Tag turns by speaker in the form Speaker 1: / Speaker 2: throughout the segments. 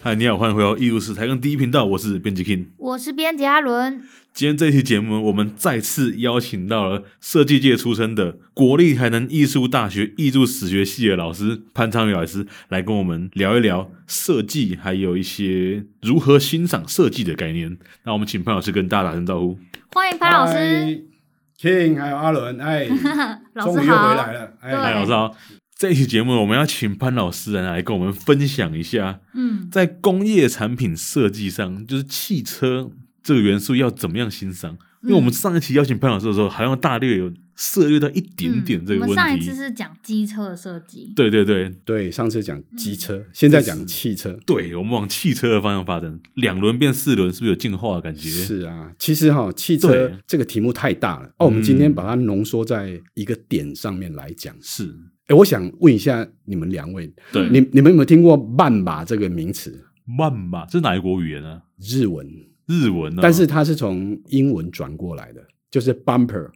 Speaker 1: 嗨，你好，欢迎回到艺术史台跟第一频道，我是编辑 King。
Speaker 2: 我是编辑阿伦，
Speaker 1: 今天这期节目，我们再次邀请到了设计界出身的国立台南艺术大学艺术史学系的老师潘昌宇老师，来跟我们聊一聊设计，还有一些如何欣赏设计的概念。那我们请潘老师跟大家打声招呼。
Speaker 2: 欢迎潘老师，
Speaker 3: 嗨，King 还有阿伦， 哎，
Speaker 2: 老
Speaker 3: 终
Speaker 2: 师
Speaker 3: 于又回
Speaker 2: 好
Speaker 3: 来。了，
Speaker 2: 对
Speaker 1: 嗨，
Speaker 3: 哎，
Speaker 1: 老师好。这一期节目，我们要请潘老师来跟我们分享一下，
Speaker 2: 嗯，
Speaker 1: 在工业产品设计上，就是汽车这个元素要怎么样欣赏？因
Speaker 2: 嗯
Speaker 1: 为我们上一期邀请潘老师的时候，好像大略有涉略到一点点这
Speaker 2: 嗯
Speaker 1: 个问
Speaker 2: 我们上一
Speaker 1: 题。
Speaker 2: 次是讲机车的设计，
Speaker 1: 对对对
Speaker 3: 对，上次讲机
Speaker 2: 嗯
Speaker 3: 车，现在讲汽车，
Speaker 1: 对，我们往汽车的方向发展，两轮变四轮，是不是有进化的感觉？
Speaker 3: 是啊，其实哈，汽车
Speaker 1: 对
Speaker 3: 这个题目太大了，哦，我们今天
Speaker 1: 嗯
Speaker 3: 把它浓缩在一个点上面来讲。
Speaker 1: 是，
Speaker 3: 哎，我想问一下你们两位，
Speaker 2: 嗯
Speaker 1: 对，
Speaker 3: 你你们有没有听过“慢马”这个名词？
Speaker 1: 慢吧，这是哪一国语言呢、
Speaker 3: 日文，
Speaker 1: 日文呢、啊
Speaker 3: 但是它是从英文转过来的，就是 bumper，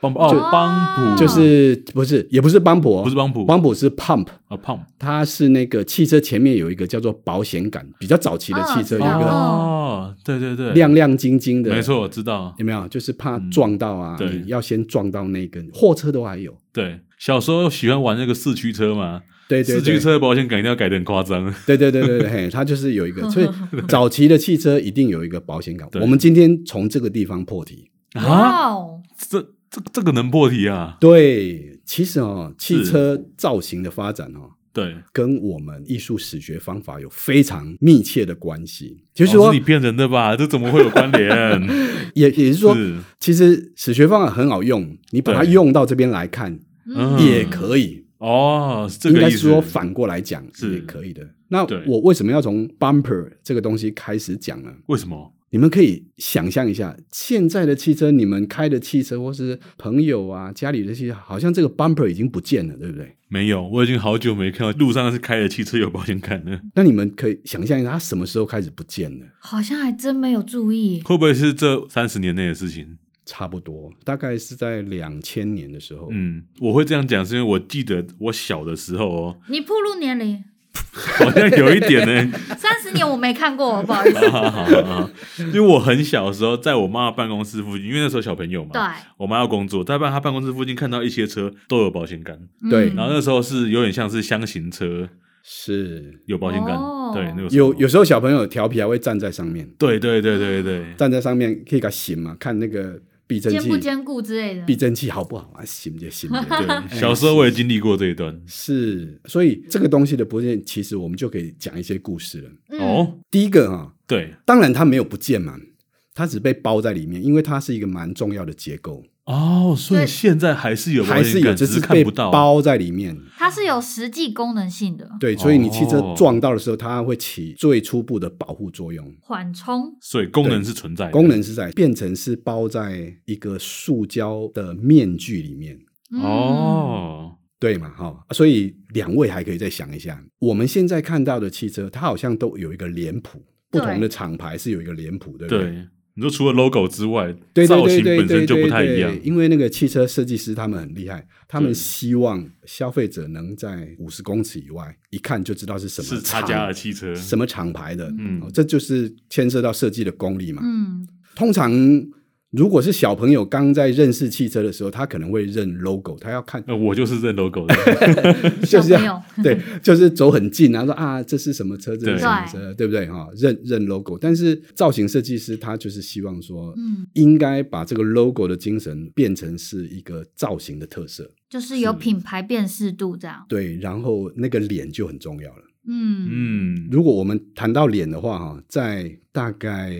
Speaker 1: 邦哦
Speaker 2: 就
Speaker 1: 邦普
Speaker 3: 就是不是也不是邦普、哦，
Speaker 1: 不是邦普
Speaker 3: 邦普是 pump，
Speaker 1: 啊胖
Speaker 3: 它是那个汽车前面有一个叫做保险杆，比较早期的汽车
Speaker 2: 对
Speaker 3: 有一个
Speaker 1: 哦，对对对，
Speaker 3: 亮亮晶晶的，
Speaker 1: 没，错，我知道，
Speaker 3: 有没有？就是怕撞到啊，
Speaker 1: 嗯对
Speaker 3: 你要先撞到那根货车都还有，
Speaker 1: 对，小时候喜欢玩那个四驱车嘛，
Speaker 3: 对对
Speaker 1: 四驱
Speaker 3: 对，
Speaker 1: 车的保险杆一定要改的很夸张。
Speaker 3: 对对对对对，嘿，它就是有一个，所以早期的汽车一定有一个保险杆。
Speaker 1: 对
Speaker 3: 我们今天从这个地方破题，
Speaker 1: 啊，
Speaker 2: 哇哦，
Speaker 1: 这这这个能破题啊？
Speaker 3: 对，其实哦，汽车造型的发展哦。
Speaker 1: 对，
Speaker 3: 跟我们艺术史学方法有非常密切的关系，就是
Speaker 1: 老
Speaker 3: 说
Speaker 1: 哦师你，骗人的吧？这怎么会有关 联？
Speaker 3: 也也是说，
Speaker 1: 是
Speaker 3: 其实史学方法很好用，你把它
Speaker 1: 对
Speaker 3: 用到这边来看
Speaker 1: 嗯
Speaker 3: 也可以，
Speaker 1: 哦，是这
Speaker 3: 应
Speaker 1: 个
Speaker 3: 该
Speaker 1: 意
Speaker 3: 是
Speaker 1: 思。
Speaker 3: 说反过来讲
Speaker 1: 是
Speaker 3: 也可以的。那
Speaker 1: 对
Speaker 3: 我为什么要从 bumper 这个东西开始讲呢？
Speaker 1: 为什么？
Speaker 3: 你们可以想象一下，现在的汽车，你们开的汽车或是朋友啊、家里的汽车，好像这个 bumper 已经不见了，对不对？
Speaker 1: 没有，我已经好久没看到路上是开的汽车有保险杆了。
Speaker 3: 那你们可以想象一下，它什么时候开始不见了？
Speaker 2: 好像还真没有注意。
Speaker 1: 会不会是这三十年内的事情？
Speaker 3: 差不多，大概是在两千年的时候。
Speaker 1: 嗯，我会这样讲，是因为我记得我小的时候哦，
Speaker 2: 你暴露年龄，
Speaker 1: 好像有一点呢、
Speaker 2: 三十年我没看过， 不好意思。
Speaker 1: 哈哈哈哈因为我很小的时候，在我妈的办公室附近，因为那时候小朋友嘛，
Speaker 2: 对，
Speaker 1: 我妈要工作，在办她办公室附近看到一些车都有保险杆，
Speaker 2: 嗯
Speaker 3: 对
Speaker 1: 然后那时候是有点像是箱型车
Speaker 3: 是
Speaker 1: 有保险杆，
Speaker 2: 哦
Speaker 1: 对，那个时候
Speaker 3: 有有时候小朋友调皮还会站在上面，
Speaker 1: 对对对对
Speaker 2: 哦
Speaker 1: 对，
Speaker 3: 站在上面可以给它醒嘛，看那个避震
Speaker 2: 兼
Speaker 3: 器
Speaker 2: 不兼顾之类的，
Speaker 3: 避震器好不好 啊？行就行就。
Speaker 1: 对，小时候我也经历过这一段。
Speaker 3: 是，所以这个东西的不见，其实我们就可以讲一些故事了。
Speaker 2: 嗯，
Speaker 1: 哦，
Speaker 3: 第一个哈、
Speaker 1: 对
Speaker 3: 当然它没有不见嘛，它只被包在里面，因为它是一个蛮重要的结构，
Speaker 1: 哦，所以
Speaker 2: 嗯对
Speaker 1: 现在还是有保险杆，
Speaker 3: 还是有，
Speaker 1: 只
Speaker 3: 是
Speaker 1: 看
Speaker 3: 被
Speaker 1: 不到。
Speaker 3: 包在里面。
Speaker 2: 它是有实际功能性的，
Speaker 3: 对，所以你汽车
Speaker 1: 哦
Speaker 3: 撞到的时候，它会起最初步的保护作用，
Speaker 2: 缓冲，
Speaker 1: 所以功能是存在的，
Speaker 3: 功能是在变成是包在一个塑胶的面具里面。
Speaker 2: 嗯，
Speaker 1: 哦，
Speaker 3: 对嘛，哈、啊所以两位还可以再想一下，我们现在看到的汽车，它好像都有一个脸谱，不
Speaker 2: 对
Speaker 3: 同的厂牌是有一个脸谱，对不对？
Speaker 1: 对。你说除了 logo 之外，
Speaker 3: 对
Speaker 1: 造
Speaker 3: 对
Speaker 1: 型
Speaker 3: 对
Speaker 1: 本身
Speaker 3: 对对
Speaker 1: 就不太
Speaker 3: 对
Speaker 1: 一样。
Speaker 3: 因为那个汽车设计师他们很厉害，他
Speaker 1: 对
Speaker 3: 们希望消费者能在五十公尺以外一看就知道是什么
Speaker 1: 是他
Speaker 3: 厂
Speaker 1: 家的汽车，
Speaker 3: 什么厂牌的，
Speaker 1: 嗯
Speaker 3: 哦这就是牵涉到设计的功力嘛。
Speaker 2: 嗯，
Speaker 3: 通常如果是小朋友刚在认识汽车的时候，他可能会认 logo，他要看
Speaker 1: 呃，我就是认 logo 的，
Speaker 2: 小
Speaker 3: 就是这
Speaker 2: 朋
Speaker 3: 样
Speaker 2: 友，
Speaker 3: 对，就是走很近，然后说啊，这是什么车，这
Speaker 1: 对
Speaker 3: 是什么车，对不对？哈、认认 logo，但是造型设计师他就是希望说，
Speaker 2: 嗯，
Speaker 3: 应该把这个 logo 的精神变成是一个造型的特色，
Speaker 2: 就是有品牌辨识度这样，
Speaker 3: 对，然后那个脸就很重要了。
Speaker 2: 嗯，
Speaker 1: 嗯，
Speaker 3: 如果我们谈到脸的话，哈，在大概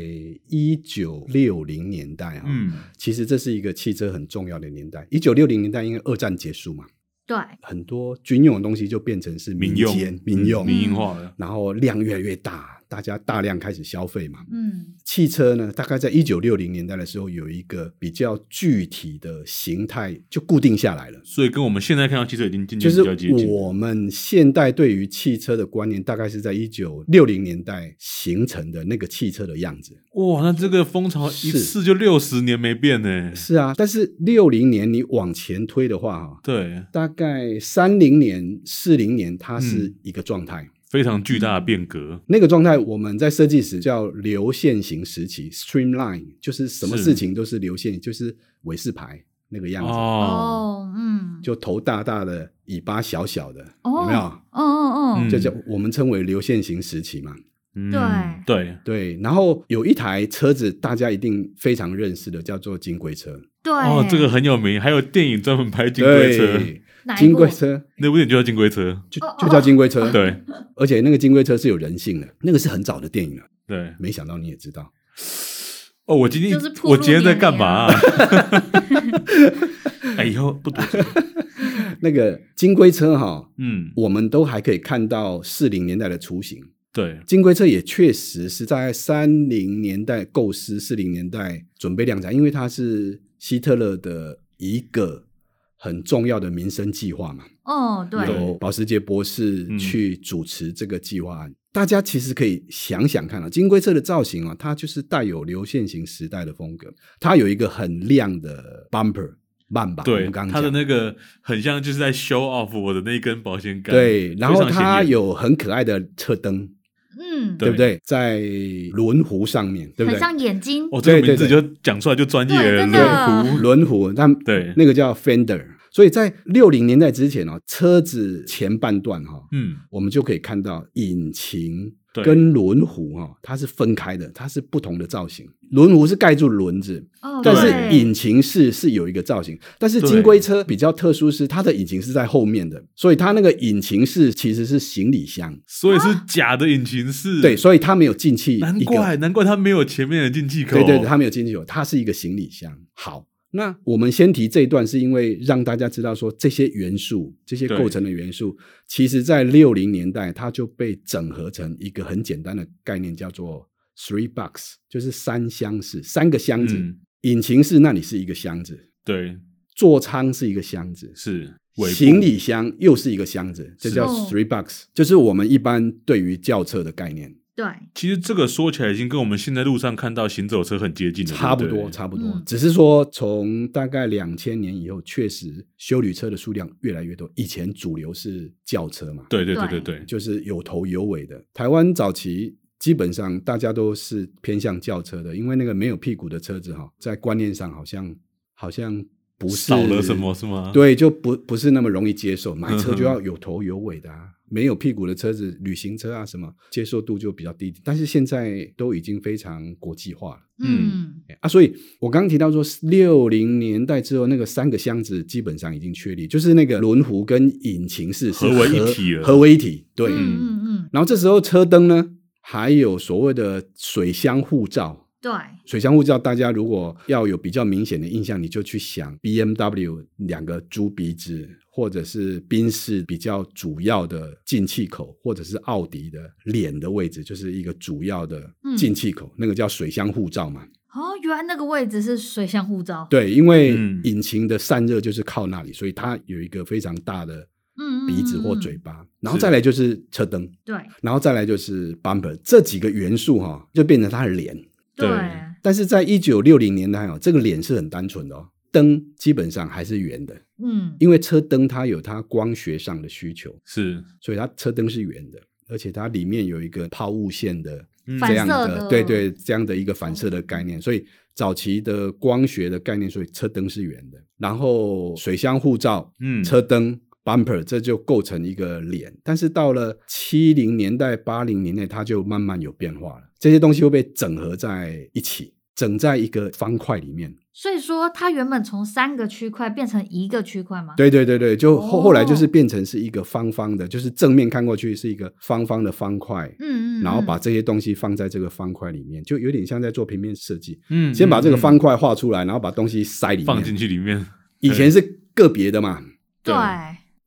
Speaker 3: 一九六零年代，哈、
Speaker 1: 嗯，
Speaker 3: 其实这是一个汽车很重要的年代。一九六零年代因为二战结束嘛，
Speaker 2: 对，
Speaker 3: 很多军用的东西就变成是
Speaker 1: 民用
Speaker 3: 间民用，
Speaker 1: 民营化的，
Speaker 3: 然后量越来越大，大家大量开始消费嘛。
Speaker 2: 嗯，
Speaker 3: 汽车呢，大概在一九六零年代的时候，有一个比较具体的形态就固定下来了。
Speaker 1: 所以跟我们现在看到汽车已经渐渐
Speaker 3: 就是
Speaker 1: 嗯比较接近。
Speaker 3: 我们现代对于汽车的观念，大概是在一九六零年代形成的那个汽车的样子。
Speaker 1: 哇，那这个风潮一
Speaker 3: 是
Speaker 1: 次就六十年没变呢。
Speaker 3: 是啊，但是六零年你往前推的话，哈，
Speaker 1: 对，
Speaker 3: 大概三零年、四零年，它是
Speaker 1: 嗯
Speaker 3: 一个状态。
Speaker 1: 非常巨大的
Speaker 3: 嗯
Speaker 1: 变革。
Speaker 3: 那个状态我们在设计史叫流线型时期 （streamline），就是什么
Speaker 1: 是
Speaker 3: 事情都是流线，就是韦氏牌那个样子，
Speaker 1: 哦，
Speaker 2: 哦，嗯，
Speaker 3: 就头大大的，尾巴小小的，
Speaker 2: 哦
Speaker 3: 有没有？
Speaker 2: 嗯嗯嗯，
Speaker 3: 就叫我们称为流线型时期嘛。
Speaker 1: 嗯
Speaker 2: 对
Speaker 1: 对，
Speaker 3: 对，然后有一台车子大家一定非常认识的，叫做金龟车。
Speaker 2: 对，
Speaker 1: 哦，这个很有名，还有电影专门拍金龟车，
Speaker 3: 对，
Speaker 2: 哪一
Speaker 3: 金
Speaker 2: 部
Speaker 3: 龟车
Speaker 1: 那部电影就叫金龟车。
Speaker 3: 就
Speaker 2: 哦
Speaker 3: 就叫金龟车。，
Speaker 1: 对
Speaker 3: 而且那个金龟车是有人性的，那个是很早的电影了。
Speaker 1: 对，
Speaker 3: 没想到你也知道，
Speaker 1: 哦，我今天
Speaker 2: 就是暴露
Speaker 1: 我今天在干嘛、啊
Speaker 2: 年
Speaker 1: 哎，以后不读，
Speaker 3: 那个金龟车哈、
Speaker 1: 嗯，
Speaker 3: 我们都还可以看到四零年代的雏形。
Speaker 1: 对，
Speaker 3: 金龟车也确实是在三零年代构思，四零年代准备量产，因为它是希特勒的一个很重要的民生计划嘛。
Speaker 2: 哦，对，
Speaker 3: 由保时捷博士
Speaker 1: 嗯
Speaker 3: 去主持这个计划案。大家其实可以想想看啊，金龟车的造型啊，它就是带有流线型时代的风格，它有一个很亮的 bumper 慢吧，我
Speaker 1: 对，
Speaker 3: 们刚
Speaker 1: 他
Speaker 3: 刚
Speaker 1: 的
Speaker 3: 讲。
Speaker 1: 那个很像就是在 show off 我的那根保险杆，
Speaker 3: 对，然后
Speaker 1: 非常显
Speaker 3: 它
Speaker 1: 眼
Speaker 3: 有很可爱的车灯，
Speaker 2: 嗯，
Speaker 1: 对
Speaker 3: 对不对？在轮毂上面，对不
Speaker 2: 很
Speaker 3: 对？
Speaker 2: 像眼睛，
Speaker 1: 哦，这
Speaker 3: 对
Speaker 1: 个
Speaker 3: 对
Speaker 1: 名字就
Speaker 3: 对
Speaker 1: 讲出来就专业
Speaker 2: 对
Speaker 1: 了，
Speaker 2: 真
Speaker 1: 对
Speaker 2: 的
Speaker 3: 轮毂，轮毂，那
Speaker 1: 对
Speaker 3: 那个叫 fender。所以在六零年代之前哦，车子前半段哈、
Speaker 1: 嗯，
Speaker 3: 我们就可以看到引擎
Speaker 1: 对
Speaker 3: 跟轮毂哈、哦它是分开的，它是不同的造型。轮毂是盖住轮子，
Speaker 2: 哦，
Speaker 3: 但是
Speaker 2: 对
Speaker 3: 引擎是是有一个造型。但是
Speaker 1: 对
Speaker 3: 金龟车比较特殊是，它的引擎是在后面的，所以它那个引擎室其实是行李箱。
Speaker 1: 所以是
Speaker 2: 啊
Speaker 1: 假的引擎是，
Speaker 3: 对，所以它没有进气一个，
Speaker 1: 难怪难怪他没有前面的进气口，
Speaker 3: 对对对，它没有进气口，它是一个行李箱。好，那我们先提这一段，是因为让大家知道说这些元素、这些
Speaker 1: 对
Speaker 3: 构成的元素，其实在六零年代它就被整合成一个很简单的概念，叫做 three box，就是三箱式，三个箱子。
Speaker 1: 嗯
Speaker 3: 引擎室那里是一个箱子，
Speaker 1: 对
Speaker 3: 座舱是一个箱子。
Speaker 1: 是尾部
Speaker 3: 行李箱又是一个箱子，这叫
Speaker 2: 是
Speaker 3: three box，就是我们一般对于轿车的概念，
Speaker 2: 对，
Speaker 1: 其实这个说起来已经跟我们现在路上看到行走车很接近了，
Speaker 3: 差不
Speaker 1: 对对
Speaker 3: 多，差不多，
Speaker 2: 嗯
Speaker 3: 只是说从大概两千年以后，确实修旅车的数量越来越多。以前主流是轿车嘛，
Speaker 1: 对对对对
Speaker 2: 对
Speaker 1: 对，
Speaker 3: 就是有头有尾的。台湾早期基本上大家都是偏向轿车的，因为那个没有屁股的车子哈，在观念上好像好像不是
Speaker 1: 少了什么是吗？
Speaker 3: 对，就不不是那么容易接 受。买
Speaker 1: 嗯
Speaker 3: 车
Speaker 1: 哼
Speaker 3: 就要有头有尾的啊，没有屁股的车子，旅行车啊什么，接受度就比较低。但是现在都已经非常国际化了。
Speaker 2: 嗯，
Speaker 3: 啊，所以我刚刚提到说，六零年代之后，那个三个箱子基本上已经确立，就是那个轮毂跟引擎是是
Speaker 1: 合为一体了
Speaker 3: 合为一体。对，
Speaker 2: 嗯嗯嗯，
Speaker 3: 然后这时候车灯呢，还有所谓的水箱护罩。
Speaker 2: 对，
Speaker 3: 水箱护罩，大家如果要有比较明显的印象，你就去想 B M W 两个猪鼻子，或者是宾士比较主要的进气口，或者是奥迪的脸的位置，就是一个主要的
Speaker 2: 嗯
Speaker 3: 进气口，那个叫水箱护罩嘛。
Speaker 2: 哦，原来那个位置是水箱护罩，
Speaker 3: 对，因为
Speaker 1: 嗯
Speaker 3: 引擎的散热就是靠那里，所以它有一个非常大的
Speaker 2: 嗯，嗯
Speaker 3: 鼻子或
Speaker 2: 嗯嗯
Speaker 3: 嘴巴，然后再来就是车灯，
Speaker 2: 对
Speaker 3: 然后再来就是 bumper 这几个元素哈、就变成它的脸。
Speaker 1: 对
Speaker 2: 对，
Speaker 3: 但是在一九六零年代哦，这个脸是很单纯的哦，灯基本上还是圆的，
Speaker 2: 嗯，
Speaker 3: 因为车灯它有它光学上的需求，
Speaker 1: 是
Speaker 3: 所以它车灯是圆的，而且它里面有一个抛物线的
Speaker 1: 嗯
Speaker 2: 反
Speaker 3: 这样
Speaker 2: 射
Speaker 3: 的，
Speaker 2: 的哦
Speaker 3: 对对，这样的一个反射的概念，所以早期的光学的概念，所以车灯是圆的，然后水箱护罩、
Speaker 1: 嗯
Speaker 3: 车灯、bumper，这就构成一个脸。但是到了七零年代、八零年代，它就慢慢有变化了，这些东西会被整合在一起，整在一个方块里面。
Speaker 2: 所以说它原本从三个区块变成一个区块嘛，
Speaker 3: 对对对对，就后
Speaker 2: 哦
Speaker 3: 后来就是变成是一个方方的，就是正面看过去是一个方方的方块。
Speaker 2: 嗯，嗯嗯，
Speaker 3: 然后把这些东西放在这个方块里面，就有点像在做平面设计。
Speaker 1: 嗯
Speaker 3: 先把这个
Speaker 1: 嗯
Speaker 3: 方块画出来，然后把东西塞里面。
Speaker 1: 放进去里 面，
Speaker 3: 以前是个别的嘛，
Speaker 2: 对，哦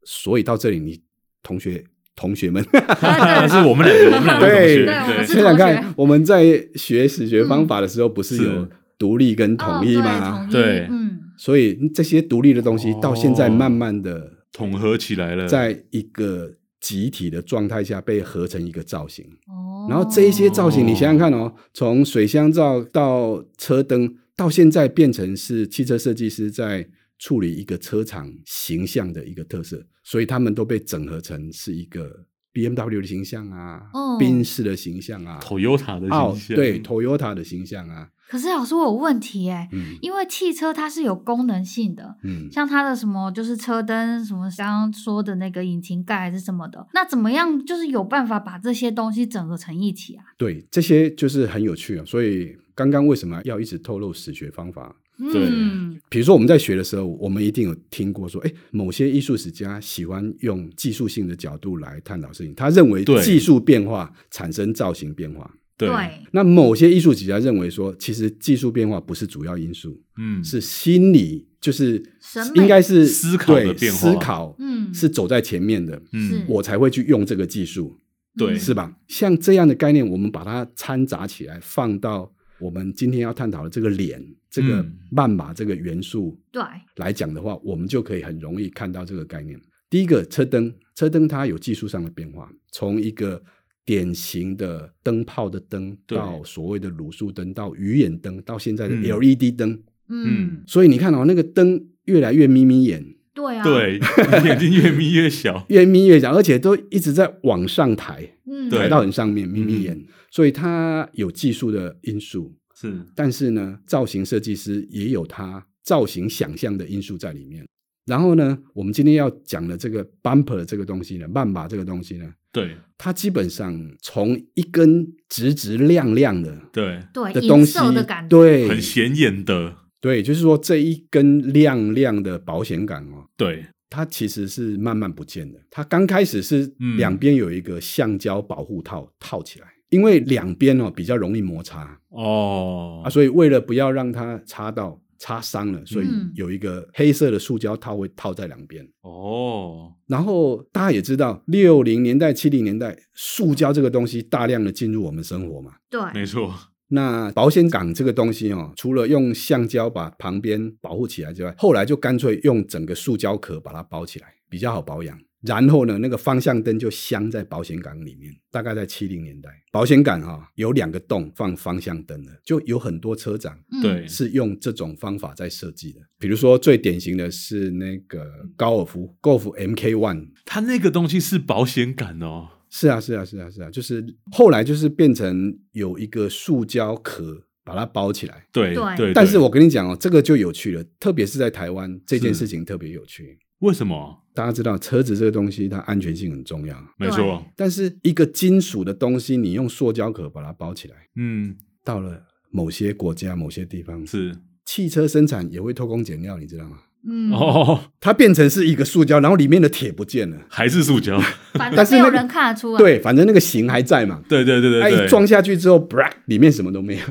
Speaker 3: 所以到这里你同学同 学们，
Speaker 1: 是我们两个我们两个同学，
Speaker 3: 对
Speaker 2: 对我们是
Speaker 3: 想想看，我们在学史学方法的时候，不是有
Speaker 1: 是
Speaker 3: 独立跟
Speaker 2: 嗯哦
Speaker 3: 统一
Speaker 2: 对
Speaker 3: 吗？
Speaker 2: 统一
Speaker 1: 对
Speaker 2: 嗯，
Speaker 3: 所以这些独立的东西
Speaker 1: 哦
Speaker 3: 到现在慢慢的
Speaker 1: 统合起来了，
Speaker 3: 在一个集体的状态下被合成一个造型。
Speaker 2: 哦，
Speaker 3: 然后这一些造型，
Speaker 1: 哦
Speaker 3: 你想想看哦，从水箱罩到车灯，到现在变成是汽车设计师在处理一个车厂形象的一个特色，所以他们都被整合成是一个 B M W 的形象啊，
Speaker 2: 哦
Speaker 3: 宾士的形象啊，
Speaker 1: Toyota 的
Speaker 3: 奥
Speaker 1: 形象，
Speaker 3: 对 Toyota 的形象啊，
Speaker 2: 可是老师，我有问题哎、
Speaker 3: 嗯
Speaker 2: 因为汽车它是有功能性的，
Speaker 3: 嗯，
Speaker 2: 像它的什么就是车灯，什么刚刚说的那个引擎盖还是什么的，那怎么样就是有办法把这些东西整合成一起啊？
Speaker 3: 对，这些就是很有趣啊。所以刚刚为什么要一直透露史学方法？
Speaker 1: 对
Speaker 2: 嗯，
Speaker 3: 比如说我们在学的时候，我们一定有听过说，哎，某些艺术史家喜欢用技术性的角度来探讨事情，他认为
Speaker 1: 对
Speaker 3: 技术变化产生造型变化。
Speaker 1: 对，
Speaker 3: 那某些艺术史家认为说，其实技术变化不是主要因素，
Speaker 1: 嗯，
Speaker 3: 是心理，就是
Speaker 2: 审美
Speaker 3: 应该是
Speaker 1: 思考的
Speaker 3: 对
Speaker 1: 变化
Speaker 3: 思考
Speaker 2: 嗯，
Speaker 3: 是走在前面的，
Speaker 1: 嗯
Speaker 2: 是
Speaker 3: 我才会去用这个技术。
Speaker 2: 嗯
Speaker 1: 对
Speaker 3: 是吧？像这样的概念，我们把它掺杂起来，放到我们今天要探讨的这个脸、这个
Speaker 1: 嗯
Speaker 3: 曼马这个元素
Speaker 2: 对，
Speaker 3: 来讲的话，我们就可以很容易看到这个概念。第一个，车灯，车灯它有技术上的变化，从一个典型的灯泡的灯，
Speaker 1: 对
Speaker 3: 到所谓的卤素灯，到鱼眼灯，到现在的
Speaker 1: 嗯
Speaker 3: LED 灯。
Speaker 2: 嗯，
Speaker 3: 所以你看哦，那个灯越来越眯眯眼，
Speaker 2: 对啊，，
Speaker 1: 对，眼睛越眯越小，
Speaker 3: 越眯越小，而且都一直在往上抬。
Speaker 2: 嗯，
Speaker 1: 对
Speaker 3: 抬到很上面，眯眯
Speaker 1: 嗯
Speaker 3: 眼，所以它有技术的因素，
Speaker 1: 是
Speaker 3: 但是呢，造型设计师也有他造型想象的因素在里面。然后呢，我们今天要讲的这个 bumper 这个东西呢，曼马这个东西呢，
Speaker 1: 对
Speaker 3: 它基本上从一根直直亮亮的
Speaker 1: 对，
Speaker 2: 对，
Speaker 3: 的东
Speaker 2: 影
Speaker 3: 西
Speaker 2: 射的感，觉，，
Speaker 3: 对
Speaker 1: 很显眼的，
Speaker 3: 对，就是说这一根亮亮的保险杆哦，
Speaker 1: 对，
Speaker 3: 它其实是慢慢不见的。它刚开始是
Speaker 1: 嗯
Speaker 3: 两边有一个橡胶保护套套起来，因为两边哦比较容易摩擦
Speaker 1: 哦
Speaker 3: 啊，，所以为了不要让它擦到擦伤了，所以
Speaker 2: 嗯
Speaker 3: 有一个黑色的塑胶套会套在两边。
Speaker 1: 哦，
Speaker 3: 然后大家也知道，六零年代、七零年代，塑胶这个东西大量的进入我们生活嘛。
Speaker 2: 对，
Speaker 1: 没错，
Speaker 3: 那保险杠这个东西哦，除了用橡胶把旁边保护起来之外，后来就干脆用整个塑胶壳把它包起来，比较好保养。然后呢，那个方向灯就镶在保险杠里面，大概在七零年代，保险杠哈、有两个洞放方向灯的，就有很多车长
Speaker 2: 嗯
Speaker 1: 对，
Speaker 3: 是用这种方法在设计的。比如说最典型的是那个
Speaker 1: 嗯
Speaker 3: 高尔夫 Golf MK One，
Speaker 1: 它那个东西是保险杆哦，
Speaker 3: 是啊，是啊，是啊，是啊，就是后来就是变成有一个塑胶壳把它包起来。
Speaker 1: 对
Speaker 2: 对
Speaker 1: 对，
Speaker 3: 但是
Speaker 1: 对
Speaker 3: 我跟你讲哦，这个就有趣了，特别是在台湾这件
Speaker 1: 是
Speaker 3: 事情特别有趣。
Speaker 1: 为什么？
Speaker 3: 大家知道车子这个东西，它安全性很重要，
Speaker 1: 没错，
Speaker 3: 但是一个金属的东西，你用塑胶壳把它包起来，
Speaker 1: 嗯，
Speaker 3: 到了某些国家、某些地方，
Speaker 1: 是
Speaker 3: 汽车生产也会偷工减料，你知道吗？
Speaker 2: 嗯，
Speaker 1: 哦，
Speaker 3: 它变成是一个塑胶，然后里面的铁不见了，
Speaker 1: 还是塑胶，
Speaker 2: 反
Speaker 3: 但
Speaker 2: 正
Speaker 3: 是
Speaker 2: 没有
Speaker 3: 那个
Speaker 2: 人看得出来，
Speaker 3: 对，反正那个形还在嘛。
Speaker 1: 对对对
Speaker 3: 它
Speaker 1: 对对，
Speaker 3: 一撞下去之后，里面什么 都没有，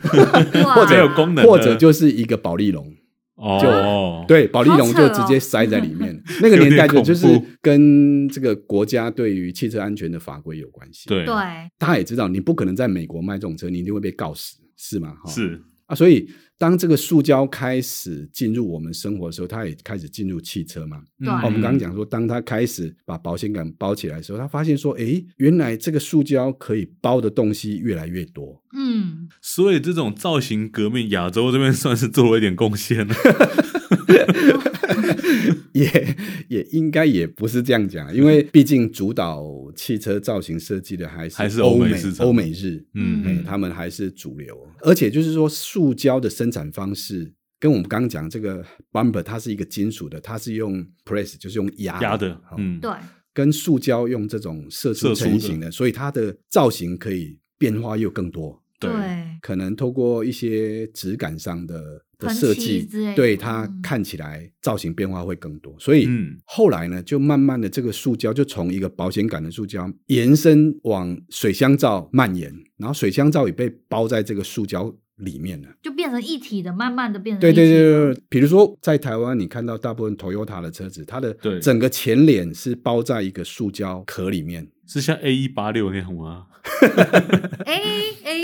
Speaker 2: 哇，
Speaker 1: 或者有功能的，
Speaker 3: 或者就是一个保利龙。
Speaker 1: 哦，
Speaker 3: 对，保利龙
Speaker 2: 好扯
Speaker 3: 就
Speaker 2: 哦
Speaker 3: 直接塞在里面。那个年
Speaker 1: 有
Speaker 3: 代
Speaker 1: 点
Speaker 3: 的
Speaker 1: 恐怖
Speaker 3: 就是跟这个国家对于汽车安全的法规有关系。，
Speaker 1: 对
Speaker 2: 对，
Speaker 3: 大家也知道，你不可能在美国卖这种车，你一定会被告死，是吗？哈
Speaker 1: 是
Speaker 3: 啊，所以当这个塑胶开始进入我们生活的时候，它也开始进入汽车嘛。
Speaker 1: 嗯
Speaker 2: 对
Speaker 3: 哦我们刚刚讲说，当它开始把保险杆包起来的时候，他发现说，诶，原来这个塑胶可以包的东西越来越多。
Speaker 2: 嗯，
Speaker 1: 所以这种造型革命，亚洲这边算是做了一点贡 献了。
Speaker 3: 也也应该也不是这样讲，啊因为毕竟主导汽车造型设计的还是
Speaker 1: 还是
Speaker 3: 欧
Speaker 1: 欧美
Speaker 3: 美
Speaker 1: 市场
Speaker 3: 欧美日，
Speaker 1: 嗯
Speaker 3: 哎、他们还是主流。而且就是说，塑胶的生产方式跟我们刚刚讲这个 bumper，它是一个金属的，它是用 press，就是用压
Speaker 1: 压的
Speaker 3: 好，
Speaker 1: 嗯，
Speaker 2: 对，
Speaker 3: 跟塑胶用这种射出
Speaker 1: 射出的
Speaker 3: 成型的，所以它的造型可以变化又更多。
Speaker 1: 对
Speaker 2: 对，
Speaker 3: 可能透过一些质感上的的
Speaker 2: 喷
Speaker 3: 设
Speaker 2: 漆
Speaker 3: 计
Speaker 2: 之类，的
Speaker 3: 对它
Speaker 2: 嗯
Speaker 3: 看起来造型变化会更多。所以
Speaker 1: 嗯
Speaker 3: 后来呢，就慢慢的这个塑胶就从一个保险杆的塑胶延伸往水箱罩蔓延，然后水箱罩也被包在这个塑胶里面了。
Speaker 2: 就变成一体的，慢慢的变成
Speaker 3: 对
Speaker 2: 一体
Speaker 3: 对
Speaker 2: 的
Speaker 3: 对对，比如说在台湾，你看到大部分 Toyota 的车子，它的
Speaker 1: 对
Speaker 3: 整个前脸是包在一个塑胶壳里面。
Speaker 1: 是像 A 一八六那样吗？
Speaker 2: A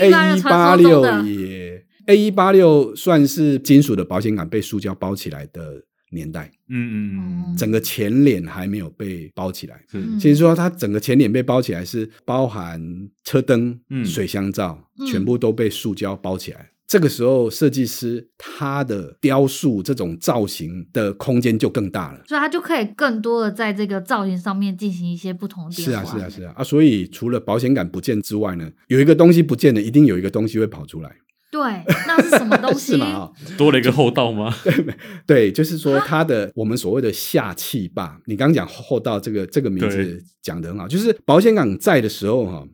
Speaker 3: A
Speaker 2: 一般的
Speaker 3: 一八
Speaker 2: 传说中
Speaker 3: 六
Speaker 2: 的，
Speaker 3: 也 A 一八六算是金属的保险杆被塑胶包起来的年代，
Speaker 1: 嗯嗯嗯，
Speaker 3: 整个前脸还没有被包起来。
Speaker 1: 是
Speaker 3: 其实说它整个前脸被包起来是包含车灯、
Speaker 1: 嗯
Speaker 3: 水箱罩，
Speaker 2: 嗯
Speaker 3: 全部都被塑胶包起来。这个时候，设计师他的雕塑这种造型的空间就更大了。
Speaker 2: 所以它就可以更多的在这个造型上面进行一些不同的
Speaker 3: 是
Speaker 2: 变
Speaker 3: 啊，
Speaker 2: 化。
Speaker 3: 是啊，是啊啊！所以除了保险杆不见之外呢，有一个东西不见了，一定有一个东西会跑出来，
Speaker 2: 对，那是什么东西？
Speaker 3: 是吗？啊，
Speaker 1: 多了一个后道吗？
Speaker 3: 对，就是说它的我们所谓的下气坝，你刚刚讲后道这个这个名字
Speaker 1: 对
Speaker 3: 讲得很好，就是保险杆在的时候哈、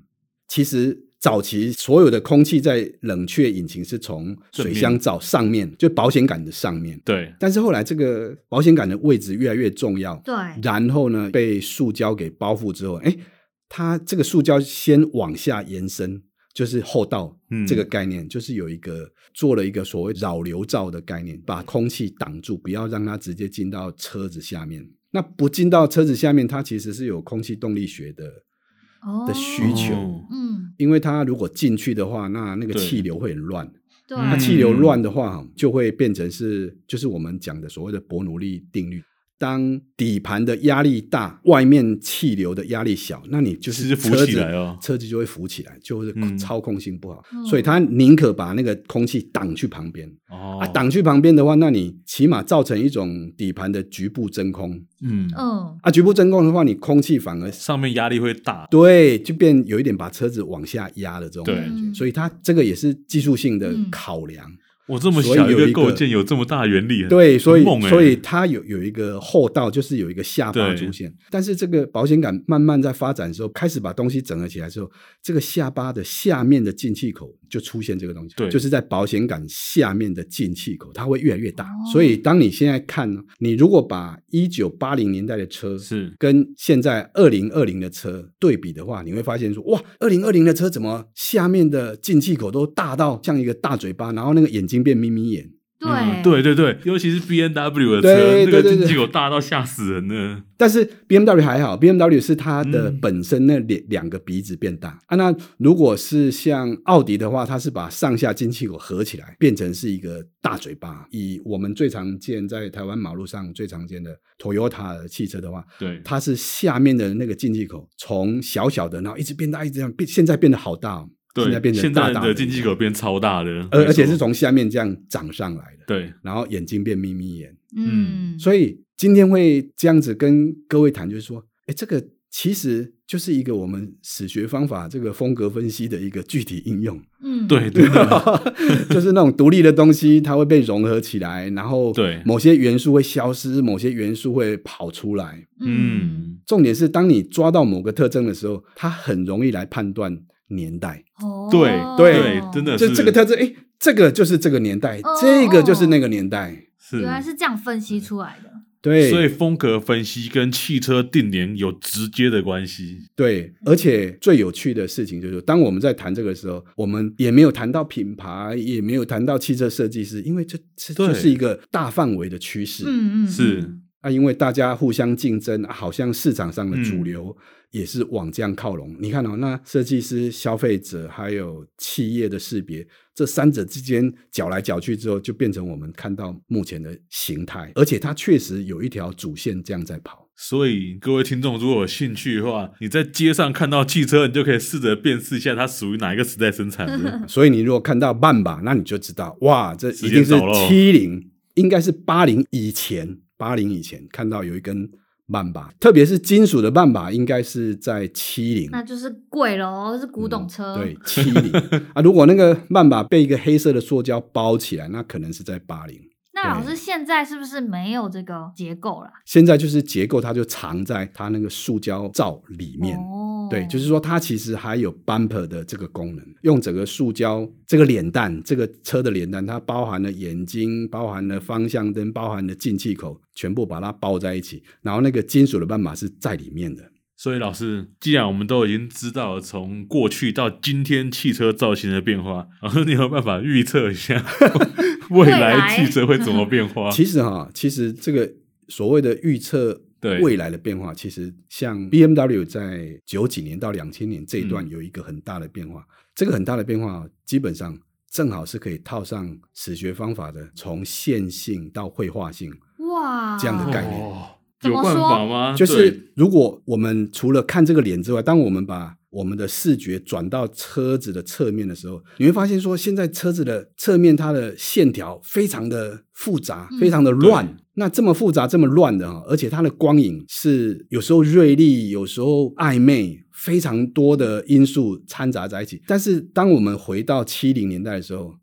Speaker 3: 其实早期所有的空气在冷却引擎是从水箱罩上面，就保险杆的上面，
Speaker 1: 对，
Speaker 3: 但是后来这个保险杆的位置越来越重要，
Speaker 2: 对，
Speaker 3: 然后呢被塑胶给包覆之后，哎，它这个塑胶先往下延伸，就是后道
Speaker 1: 嗯
Speaker 3: 这个概念，就是有一个做了一个所谓扰流罩的概念，把空气挡住，不要让它直接进到车子下面。那不进到车子下面，它其实是有空气动力学的，
Speaker 2: 哦
Speaker 3: 的需求
Speaker 1: 哦
Speaker 2: 嗯，
Speaker 3: 因为它如果进去的话，那那个
Speaker 1: 对
Speaker 3: 气流会很乱。
Speaker 2: 对，
Speaker 1: 嗯
Speaker 3: 那
Speaker 1: 它
Speaker 3: 气流乱的话，就会变成是就是我们讲的所谓的伯努利定律。当底盘的压力大，外面气流的压力小，那你就是
Speaker 1: 是浮
Speaker 3: 车
Speaker 1: 起
Speaker 3: 子
Speaker 1: 来哦
Speaker 3: 车子就会浮起来，就是
Speaker 1: 嗯
Speaker 3: 操控性不好，
Speaker 2: 嗯
Speaker 3: 所以它宁可把那个空气挡去旁边、
Speaker 1: 哦
Speaker 3: 啊，挡去旁边的话，那你起码造成一种底盘的局部真空
Speaker 1: 嗯，
Speaker 2: 嗯，
Speaker 3: 啊，局部真空的话，你空气反而
Speaker 1: 上面压力会大，
Speaker 3: 对，就变有一点把车子往下压的这种
Speaker 1: 对
Speaker 3: 感
Speaker 2: 嗯
Speaker 3: 觉，所以它这个也是技术性的
Speaker 2: 嗯
Speaker 3: 考量。
Speaker 1: 我这么
Speaker 3: 所以
Speaker 1: 小
Speaker 3: 有一
Speaker 1: 个
Speaker 3: 个
Speaker 1: 构件有这么大的原理，很
Speaker 3: 对，所以
Speaker 1: 很猛欸
Speaker 3: 所以它有有一个后道，就是有一个下巴
Speaker 1: 对
Speaker 3: 出现。但是这个保险杆慢慢在发展的时候，开始把东西整合起来之后，这个下巴的下面的进气口就出现这个东西，
Speaker 1: 对
Speaker 3: 就是在保险杆下面的进气口，它会越来越大。
Speaker 2: 哦
Speaker 3: 所以当你现在看，你如果把一九八零年代的车
Speaker 1: 是
Speaker 3: 跟现在二零二零的车对比的话，你会发现说，哇，二零二零的车怎么下面的进气口都大到像一个大嘴巴，然后那个眼睛变眯眯眼。
Speaker 2: 对、
Speaker 1: 嗯对对对，尤其是 B N W 的车，
Speaker 3: 对
Speaker 1: 那个
Speaker 3: 对对
Speaker 1: 进
Speaker 3: 对
Speaker 1: 气口大到吓死人 了。
Speaker 3: 但是 B M W 还好，B M W 是它的
Speaker 1: 嗯
Speaker 3: 本身那两两个鼻子变大、啊。那如果是像奥迪的话，它是把上下进气口合起来，变成是一个大嘴巴。以我们最常见在台湾马路上最常见的 Toyota 的汽车的话，
Speaker 1: 对，
Speaker 3: 它是下面的那个进气口从小小的，然后一直变大，一直这样变，现在变得好大、哦，现
Speaker 1: 对，
Speaker 3: 在变
Speaker 1: 现
Speaker 3: 成大
Speaker 1: 在
Speaker 3: 大呃
Speaker 1: 的进气口，变超大的，
Speaker 3: 而而且
Speaker 1: 没
Speaker 3: 是
Speaker 1: 错
Speaker 3: 从下面这样长上来的，
Speaker 1: 对
Speaker 3: 然后眼睛变眯眯眼。
Speaker 2: 嗯，
Speaker 3: 所以今天会这样子跟各位谈，就是说，哎，这个其实就是一个我们史学方法这个风格分析的一个具体应用，
Speaker 2: 嗯，
Speaker 1: 对对对
Speaker 3: 就是那种独立的东西，它会被融合起来，然后
Speaker 1: 对
Speaker 3: 某些元素会消失，某些元素会跑出来。
Speaker 2: 嗯，
Speaker 1: 嗯，
Speaker 3: 重点是，当你抓到某个特征的时候，它很容易来判断年代。
Speaker 2: 哦，
Speaker 1: 对
Speaker 3: 对
Speaker 1: 真的
Speaker 3: 就是这个特征，哎，这个就是这个年代
Speaker 2: 哦，
Speaker 3: 这个就是那个年代。
Speaker 1: 是
Speaker 2: 原来是这样分析出来的。
Speaker 3: 对，
Speaker 1: 所以风格分析跟汽车定年有直接的关系。
Speaker 3: 对，而且最有趣的事情就是，当我们在谈这个时候，我们也没有谈到品牌，也没有谈到汽车设计师，因为这这
Speaker 1: 对
Speaker 3: 就是一个大范围的趋势。
Speaker 2: 嗯嗯，
Speaker 1: 是
Speaker 2: 嗯
Speaker 3: 啊，因为大家互相竞争，啊好像市场上的主流也是往这样靠拢。你看哦，那设计师、消费者还有企业的识别，这三者之间搅来搅去之后，就变成我们看到目前的形态，而且它确实有一条主线这样在跑。。
Speaker 1: 所以各位听众如果有兴趣的话，你在街上看到汽车，你就可以试着辨识一下它属于哪一个时代生产的
Speaker 3: 所以你如果看到曼吧，那你就知道，哇，这
Speaker 1: 时
Speaker 3: 一
Speaker 1: 间
Speaker 3: 定是
Speaker 1: 早咯
Speaker 3: 七零，应该是八零以前，八零以前看到有一根曼吧，特别是金属的曼吧，应该是在七零。
Speaker 2: 那就是贵喽，是古董车。
Speaker 3: 嗯对，七零 啊，如果那个曼吧被一个黑色的塑胶包起来，那可能是在八零。
Speaker 2: 那老师
Speaker 3: 对
Speaker 2: 现在是不是没有这个结构啦？
Speaker 3: 现在就是结构，它就藏在它那个塑胶罩里面。
Speaker 2: 哦，
Speaker 3: 对，就是说它其实还有 bumper 的这个功能，用整个塑胶这个脸蛋，这个车的脸蛋，它包含了眼睛，包含了方向灯，包含了进气口，全部把它包在一起。然后那个金属的斑马是在里面的。
Speaker 1: 所以老师，既然我们都已经知道了从过去到今天汽车造型的变化，然后你有办法预测一 下未来汽车会怎么变化？
Speaker 3: 其实哈，其实这个所谓的预测
Speaker 1: 对
Speaker 3: 未来的变化，其实像 BMW 在九几年到两千年这一段
Speaker 1: 嗯
Speaker 3: 有一个很大的变化，这个很大的变化哦基本上正好是可以套上史学方法的，从线性到绘画性。
Speaker 2: 哇，
Speaker 3: 这样的概念
Speaker 1: 哦
Speaker 2: 怎
Speaker 1: 有
Speaker 2: 么
Speaker 1: 办
Speaker 2: 说
Speaker 1: 法吗？
Speaker 3: 就
Speaker 1: 啊对
Speaker 3: 是如果我们除了看这个脸之外，当我们把我们的视觉转到车子的侧面的时候，你会发现说，现在车子的侧面它的线条非常的复杂，
Speaker 2: 嗯
Speaker 3: 非常的乱。
Speaker 1: 对
Speaker 3: 那这么复杂、这么乱的哈，而且它的光影是有时候锐利，有时候暧昧，非常多的因素掺杂在一起。但是当我们回到七零年代的时候，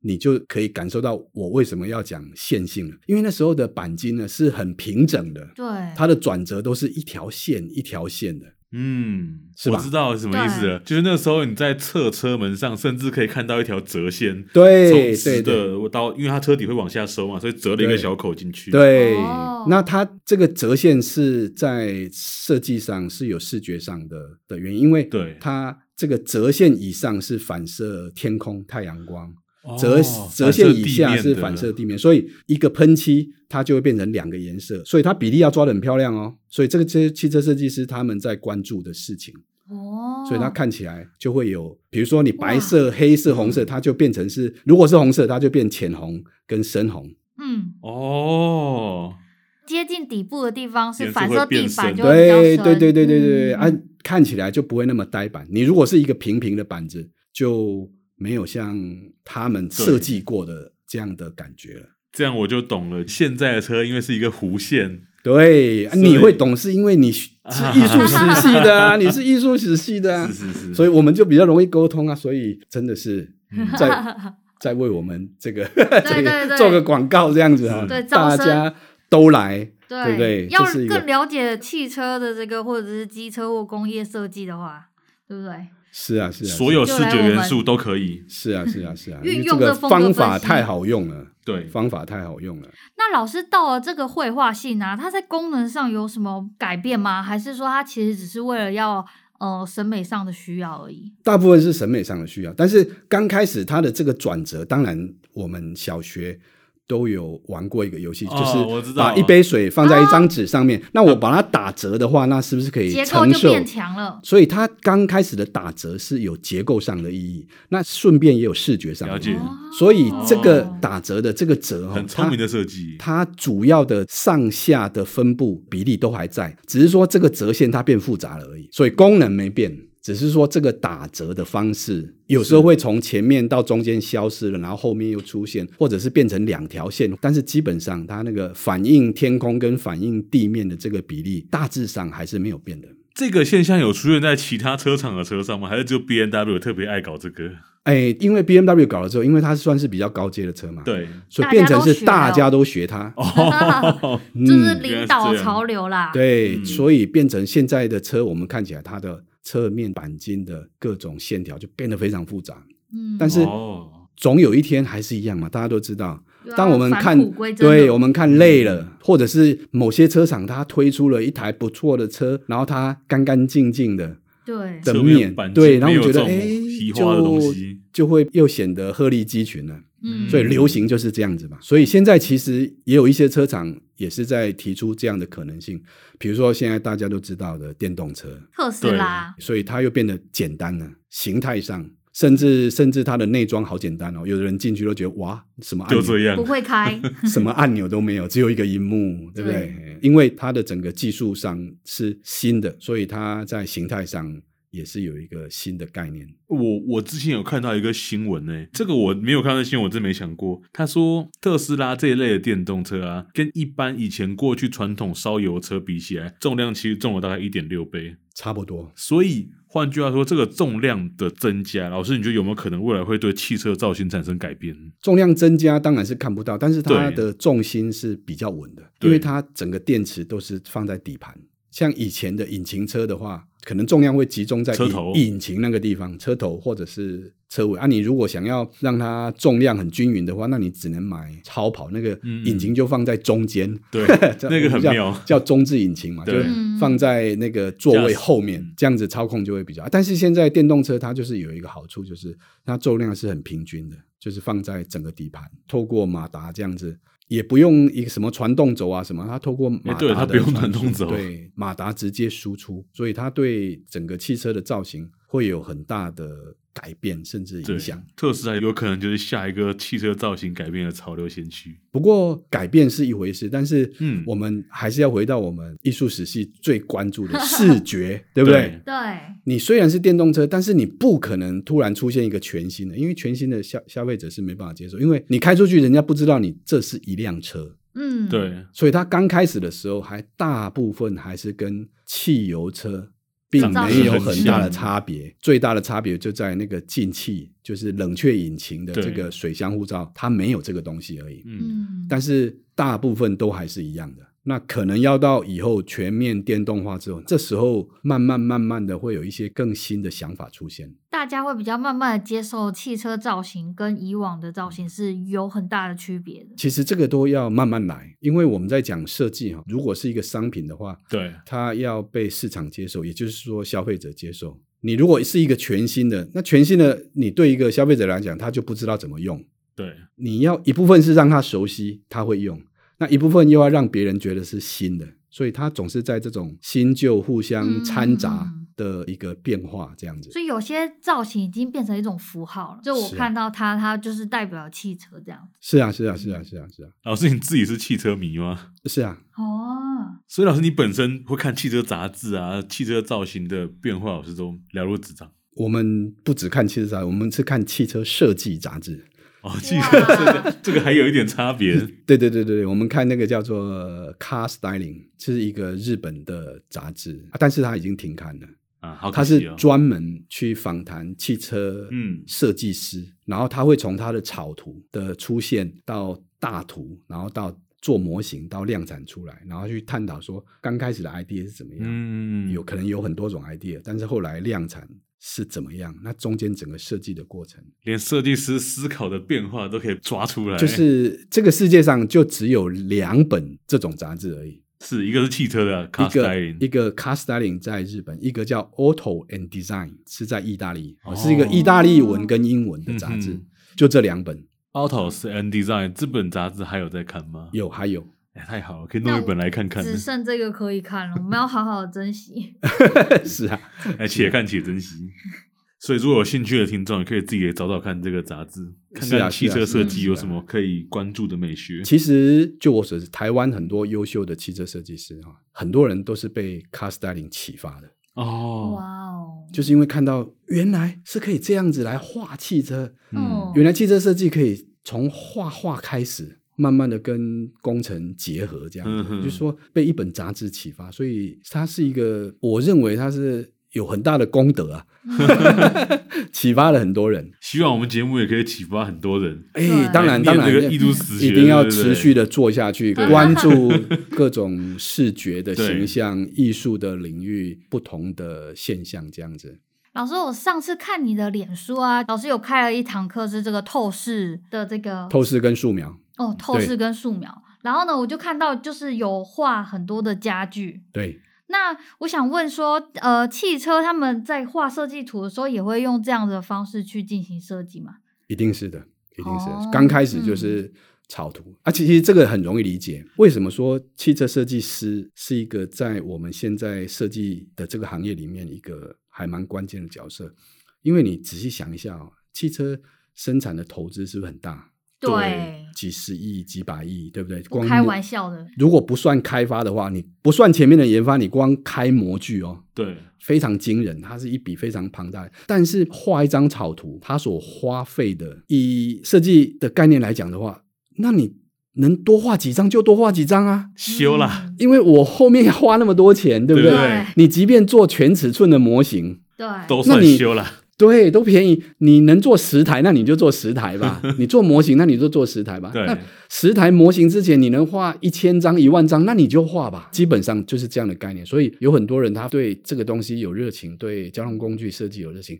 Speaker 3: 你就可以感受到我为什么要讲线性了，因为那时候的钣金呢是很平整的，
Speaker 2: 对，
Speaker 3: 它的转折都是一条线一条线的。
Speaker 1: 嗯，
Speaker 3: 是吧
Speaker 1: 我知道什么意思了，就是那时候你在侧车门上，甚至可以看到一条折线，
Speaker 3: 对
Speaker 1: 从直
Speaker 3: 对对
Speaker 1: 的到，因为它车底会往下收嘛，所以折了一个
Speaker 3: 对
Speaker 1: 小口进去。，
Speaker 3: 对
Speaker 2: 哦，
Speaker 3: 那它这个折线是在设计上是有视觉上的的原因，因为
Speaker 1: 对
Speaker 3: 它这个折线以上是反射天空太阳光，
Speaker 1: 哦
Speaker 3: 折折线以下是
Speaker 1: 反
Speaker 3: 反
Speaker 1: 射
Speaker 3: 射
Speaker 1: 地
Speaker 3: 地面，所以一个喷漆它就会变成两个颜色，所以它比例要抓得很漂亮哦。所以这个这些汽车设计师他们在关注的事情，
Speaker 2: 哦，
Speaker 3: 所以它看起来就会有，比如说你白色、黑色、红
Speaker 2: 嗯
Speaker 3: 色，它就变成是，如果是红色，它就变浅红跟深红。
Speaker 2: 嗯，
Speaker 1: 面哦，
Speaker 2: 接近底部的地方是
Speaker 1: 颜色
Speaker 2: 反
Speaker 1: 会
Speaker 2: 射
Speaker 1: 变
Speaker 2: 地板
Speaker 1: 深
Speaker 2: 就会比
Speaker 3: 对
Speaker 2: 较
Speaker 3: 对
Speaker 2: 深
Speaker 3: 对对对对，
Speaker 2: 嗯
Speaker 3: 啊，看起来就不会那么呆板。你如果是一个平平的板子，就没有像他们设计过的这样的感觉了。
Speaker 1: 这样我就懂了。现在的车因为是一个弧线，
Speaker 3: 对，啊
Speaker 1: 所以
Speaker 3: 你会懂，是因为 你是艺术史系的啊，你是艺术史系的啊
Speaker 1: 是，是
Speaker 2: 嗯
Speaker 1: 是，
Speaker 3: 所
Speaker 1: 以
Speaker 3: 以我们就比较容易沟通啊。所以真的是嗯在 在为我们这个 这
Speaker 2: 对对
Speaker 3: 个做个广告这样子啊
Speaker 1: 是，
Speaker 2: 对招
Speaker 3: 大
Speaker 2: 生
Speaker 3: 家都来，
Speaker 2: 对
Speaker 3: 对不对
Speaker 2: 要
Speaker 3: 这是一个
Speaker 2: 更了解汽车的这个或者是机车或工业设计的话，对不对？
Speaker 3: 是啊是啊，
Speaker 1: 所有视
Speaker 2: 就来
Speaker 1: 觉
Speaker 2: 我们
Speaker 1: 元素都可以。
Speaker 3: 是啊是啊是 啊，
Speaker 2: 运
Speaker 3: 因为
Speaker 2: 用
Speaker 3: 这个
Speaker 2: 的风格
Speaker 3: 方法
Speaker 2: 分析
Speaker 3: 太好用了。
Speaker 1: 对，
Speaker 3: 方法太好用了。
Speaker 2: 那老师到了这个绘画系呢，它在功能上有什么改变吗？还是说它其实只是为了要呃审美上的需要而已？
Speaker 3: 大部分是审美上的需要，但是刚开始它的这个转折，当然我们小学都有玩过一个游戏，
Speaker 1: 哦我
Speaker 3: 就
Speaker 1: 知
Speaker 3: 是
Speaker 1: 道
Speaker 3: 把一杯水放在一张纸上面，那我把它打折的话，那是不是可以
Speaker 2: 嗯结构
Speaker 3: 承
Speaker 2: 就
Speaker 3: 受？
Speaker 2: 变强了。
Speaker 3: 所以它刚开始的打折是有结构上的意义，那顺便也有视觉上的
Speaker 1: 了
Speaker 3: 意
Speaker 1: 解
Speaker 3: 义。
Speaker 2: 哦
Speaker 3: 所以这个
Speaker 2: 哦
Speaker 3: 打折的这个折哈，
Speaker 1: 很聪明
Speaker 3: 它
Speaker 1: 的设计。
Speaker 3: 它主要的上下的分布比例都还在，只是说这个折线它变复杂了而已，所以功能没变，只是说这个打折的方式有时候会从前面到中间消失了，然后后面又出现，或者是变成两条线，但是基本上它那个反映天空跟反映地面的这个比例大致上还是没有变的。
Speaker 1: 这个现象有出现在其他车厂的车上吗？还是只有 B N W 特别爱搞这个？
Speaker 3: 哎，因为 B M W 搞了之后，因为它算是比较高阶的车 嘛，，
Speaker 1: 对，哦
Speaker 3: 所以变成是大家都学它，
Speaker 2: 哦 就是
Speaker 1: 原来
Speaker 2: 领
Speaker 1: 是
Speaker 2: 导
Speaker 1: 这样
Speaker 2: 潮流啦。
Speaker 3: 嗯对，
Speaker 1: 嗯
Speaker 3: 所以变成现在的车，我们看起来它的侧面钣金的各种线条就变得非常复杂。
Speaker 2: 嗯，
Speaker 3: 但是
Speaker 1: 哦，
Speaker 3: 总有一天还是一样嘛，大家都知道。
Speaker 2: 又要
Speaker 3: 当我们
Speaker 2: 啊返
Speaker 3: 看
Speaker 2: 璞归，真
Speaker 3: 对
Speaker 2: 了
Speaker 3: 我们看累
Speaker 1: 嗯
Speaker 3: 了，或者是某些车厂它推出了一台不错的车，然后它干干净净的
Speaker 2: 对
Speaker 3: 的
Speaker 1: 侧面
Speaker 3: 面
Speaker 1: 钣金，
Speaker 3: 对，然后我觉得
Speaker 1: 没有
Speaker 3: 哎
Speaker 1: 这种提，花的东
Speaker 3: 就
Speaker 1: 西
Speaker 3: 就会又显得鹤立鸡群了。
Speaker 2: 嗯，
Speaker 3: 所以流行就是这样子嘛。所以现在其实也有一些车厂也是在提出这样的可能性，比如说现在大家都知道的电动车，
Speaker 2: 特斯
Speaker 1: 对
Speaker 2: 拉，
Speaker 3: 所以它又变得简单了，形态上。甚至甚至它的内装好简单哦，有的人进去都觉得哇，什么按
Speaker 1: 就
Speaker 3: 钮
Speaker 1: 这样
Speaker 2: 不。会开，
Speaker 3: 什么按钮都没有，只有一个荧幕，对不对？因为它的整个技术上是新的，所以它在形态上也是有一个新的概念。
Speaker 1: 我我之前有看到一个新闻呢、这个我没有看到的新闻，我真没想过。他说特斯拉这一类的电动车啊，跟一般以前过去传统烧油车比起来，重量其实重了大概一点六倍。
Speaker 3: 差不多，
Speaker 1: 所以换句话说，这个重量的增加，老师你觉得有没有可能未来会对汽车造型产生改变？
Speaker 3: 重量增加当然是看不到，但是它
Speaker 1: 对
Speaker 3: 的重心是比较稳的，
Speaker 1: 对
Speaker 3: 因为它整个电池都是放在底盘。像以前的引擎车的话，可能重量会集中在
Speaker 1: 车
Speaker 3: 引
Speaker 1: 头
Speaker 3: 引擎那个地方，车头或者是车尾啊。你如果想要让它重量很均匀的话，那你只能买超跑，那个
Speaker 1: 嗯
Speaker 3: 引擎就放在中间，
Speaker 1: 对，
Speaker 3: 这
Speaker 1: 那个很
Speaker 3: 叫
Speaker 1: 妙。
Speaker 3: 叫中置引擎嘛，就
Speaker 1: 对
Speaker 2: 嗯
Speaker 3: 放在那个座位后面
Speaker 1: 驾驶嗯，
Speaker 3: 这样子操控就会比较。但是现在电动车它就是有一个好处，就是它重量是很平均的，就是放在整个底盘，透过马达这样子。也不用一个什么传动轴啊什么，它透过马达
Speaker 1: 哎对
Speaker 3: 的
Speaker 1: 它不用
Speaker 3: 传输
Speaker 1: 传动轴
Speaker 3: 对马达直接输出，所以它对整个汽车的造型会有很大的改变甚至
Speaker 1: 对
Speaker 3: 影响。
Speaker 1: 特斯拉有可能就是下一个汽车造型改变的潮流先驱。
Speaker 3: 不过改变是一回事，但是
Speaker 1: 嗯
Speaker 3: 我们还是要回到我们艺术史系最关注的视 觉，对不对？
Speaker 1: 对
Speaker 2: 对，
Speaker 3: 你虽然是电动车，但是你不可能突然出现一个全新的，因为全新的消消费者是没办法接受，因为你开出去，人家不知道你这是一辆车，
Speaker 2: 嗯，，
Speaker 1: 对，
Speaker 3: 所以它刚开始的时候还大部分还是跟汽油车并没有很大的差别，最大的差别就在那个进气，就是冷却引擎的
Speaker 1: 对
Speaker 3: 这个水箱护罩，它没有这个东西而已。
Speaker 1: 嗯，
Speaker 2: 嗯，
Speaker 3: 但是大部分都还是一样的。那可能要到以后全面电动化之后，这时候慢慢慢慢的会有一些更新的想法出现。
Speaker 2: 大家会比较慢慢的接受汽车造型跟以往的造
Speaker 3: 嗯
Speaker 2: 型是有很大的区别的。
Speaker 3: 其实这个都要慢慢来，因为我们在讲设计哈，如果是一个商品的话，
Speaker 1: 对，
Speaker 3: 它要被市场接受，也就是说消费者接受。你如果是一个全新的，那全新的你对一个消费者来讲，他就不知道怎么用。
Speaker 1: 对，
Speaker 3: 你要一部分是让他熟悉，他会用；那一部分又要让别人觉得是新的，所以他总是在这种新旧互相掺杂的一个变化这样子。
Speaker 2: 所以有些造型已经变成一种符号了，就我
Speaker 3: 是
Speaker 2: 看到它，它就是代表汽车这样子。
Speaker 3: 是啊，是啊，是啊，是啊，是啊，
Speaker 1: 老师你自己是汽车迷吗？
Speaker 3: 是啊。
Speaker 2: 哦，
Speaker 1: 所以老师你本身会看汽车杂志啊，汽车造型的变化，老师都了如指掌。
Speaker 3: 我们不只看汽车杂志，我们是看汽车设计杂志。
Speaker 1: 哦，汽车 这个这个还有一点差别。
Speaker 3: 对对对对对，我们看那个叫做呃《Car Styling》，是一个日本的杂志，啊但是它已经停刊了。
Speaker 1: 啊，好
Speaker 3: 他
Speaker 1: 可
Speaker 3: 是
Speaker 1: 惜哦。
Speaker 3: 专门去访谈汽车
Speaker 1: 嗯
Speaker 3: 设计师，然后他会从他的草图的出现到大图，然后到做模型到量产出来，然后去探讨说刚开始的 idea 是怎么样，
Speaker 1: 嗯，
Speaker 3: 有可能有很多种 idea，但是后来量产是怎么样，那中间整个设计的过程，
Speaker 1: 连设计师思考的变化都可以抓出来，
Speaker 3: 就是这个世界上就只有两本这种杂志而已。
Speaker 1: 是一个是汽车的 car
Speaker 3: 一个
Speaker 1: styling，
Speaker 3: 一个 Car Styling 在日本，一个叫 Auto and Design 是在意大利，
Speaker 1: 哦
Speaker 3: 是一个意大利文跟英文的杂志，
Speaker 1: 嗯哼
Speaker 3: 就这两本
Speaker 1: Autos and Design 这本杂志还有在看吗？
Speaker 3: 有，还有
Speaker 1: 哎，太好了，可以弄一本来看看了
Speaker 2: 只，剩这个可以看了，我们要好好地珍惜。
Speaker 3: 是啊，
Speaker 1: 哎，且看且珍惜。所以，如果有兴趣的听众，也可以自己来找找看这个杂志，看
Speaker 3: 是啊
Speaker 1: 看
Speaker 3: 是
Speaker 1: 汽
Speaker 3: 啊
Speaker 1: 车设
Speaker 2: 是
Speaker 1: 计
Speaker 2: 啊
Speaker 1: 有什么可以关注的美学。
Speaker 3: 其实就我所知，台湾很多优秀的汽车设计师啊，很多人都是被 Car Styling 启发的，
Speaker 1: 哦，
Speaker 2: 哇哦，
Speaker 3: 就是因为看到原来是可以这样子来画汽车，
Speaker 1: 嗯
Speaker 2: 哦
Speaker 3: 原来汽车设计可以从画画开始，慢慢的跟工程结合，这样
Speaker 1: 嗯
Speaker 3: 子，
Speaker 1: 哼
Speaker 3: 就是说被一本杂志启发，所以它是一个，我认为它是有很大的功德啊，
Speaker 2: 嗯
Speaker 3: 启发了很多人。
Speaker 1: 希望我们节目也可以启发很多人。
Speaker 3: 哎，当然，
Speaker 1: 来
Speaker 3: 当
Speaker 1: 念
Speaker 3: 然，
Speaker 1: 这个易读史学
Speaker 3: 一定要
Speaker 1: 对不对
Speaker 3: 持续的做下去，
Speaker 1: 对
Speaker 3: 关注各种视觉 的
Speaker 1: 对
Speaker 3: 形象、艺术的领域、不同的现象，这样子。
Speaker 2: 老师，我上次看你的脸书啊，老师有开了一堂课是这个透视的这个
Speaker 3: 透视跟素描，
Speaker 2: 哦透
Speaker 3: 对
Speaker 2: 视跟素描，然后呢，我就看到就是有画很多的家具。
Speaker 3: 对，
Speaker 2: 那我想问说，呃，汽车他们在画设计图的时候，也会用这样的方式去进行设计吗？
Speaker 3: 一定是的，一定是的
Speaker 2: 哦
Speaker 3: 刚开始就是草图、啊，其实这个很容易理解。为什么说汽车设计师是一个在我们现在设计的这个行业里面一个还蛮关键的角色？因为你仔细想一下哦，汽车生产的投资是不是很大？
Speaker 1: 对
Speaker 3: 几十亿、几百亿，对不对？
Speaker 2: 我
Speaker 3: 光
Speaker 2: 开玩笑的，
Speaker 3: 如果不算开发的话，你不算前面的研发，你光开模具哦，
Speaker 1: 对，
Speaker 3: 非常惊人，它是一笔非常庞大的。但是画一张草图，它所花费的，以设计的概念来讲的话，那你能多画几张就多画几张啊，
Speaker 1: 修啦，
Speaker 2: 嗯，
Speaker 3: 因为我后面要花那么多钱，对不
Speaker 1: 对
Speaker 3: 对？
Speaker 1: 不
Speaker 2: 对
Speaker 3: 你即便做全尺寸的模型，
Speaker 2: 对，
Speaker 1: 都
Speaker 3: 那
Speaker 1: 算
Speaker 3: 你
Speaker 1: 修啦。
Speaker 3: 对，都便宜。你能做十台，那你就做十 台吧；你做模型，那你就做十台吧。
Speaker 1: 对
Speaker 3: 那十台模型之前，你能画一千张、一万张，那你就画吧。基本上就是这样的概念。所以有很多人他对这个东西有热情，对交通工具设计有热情，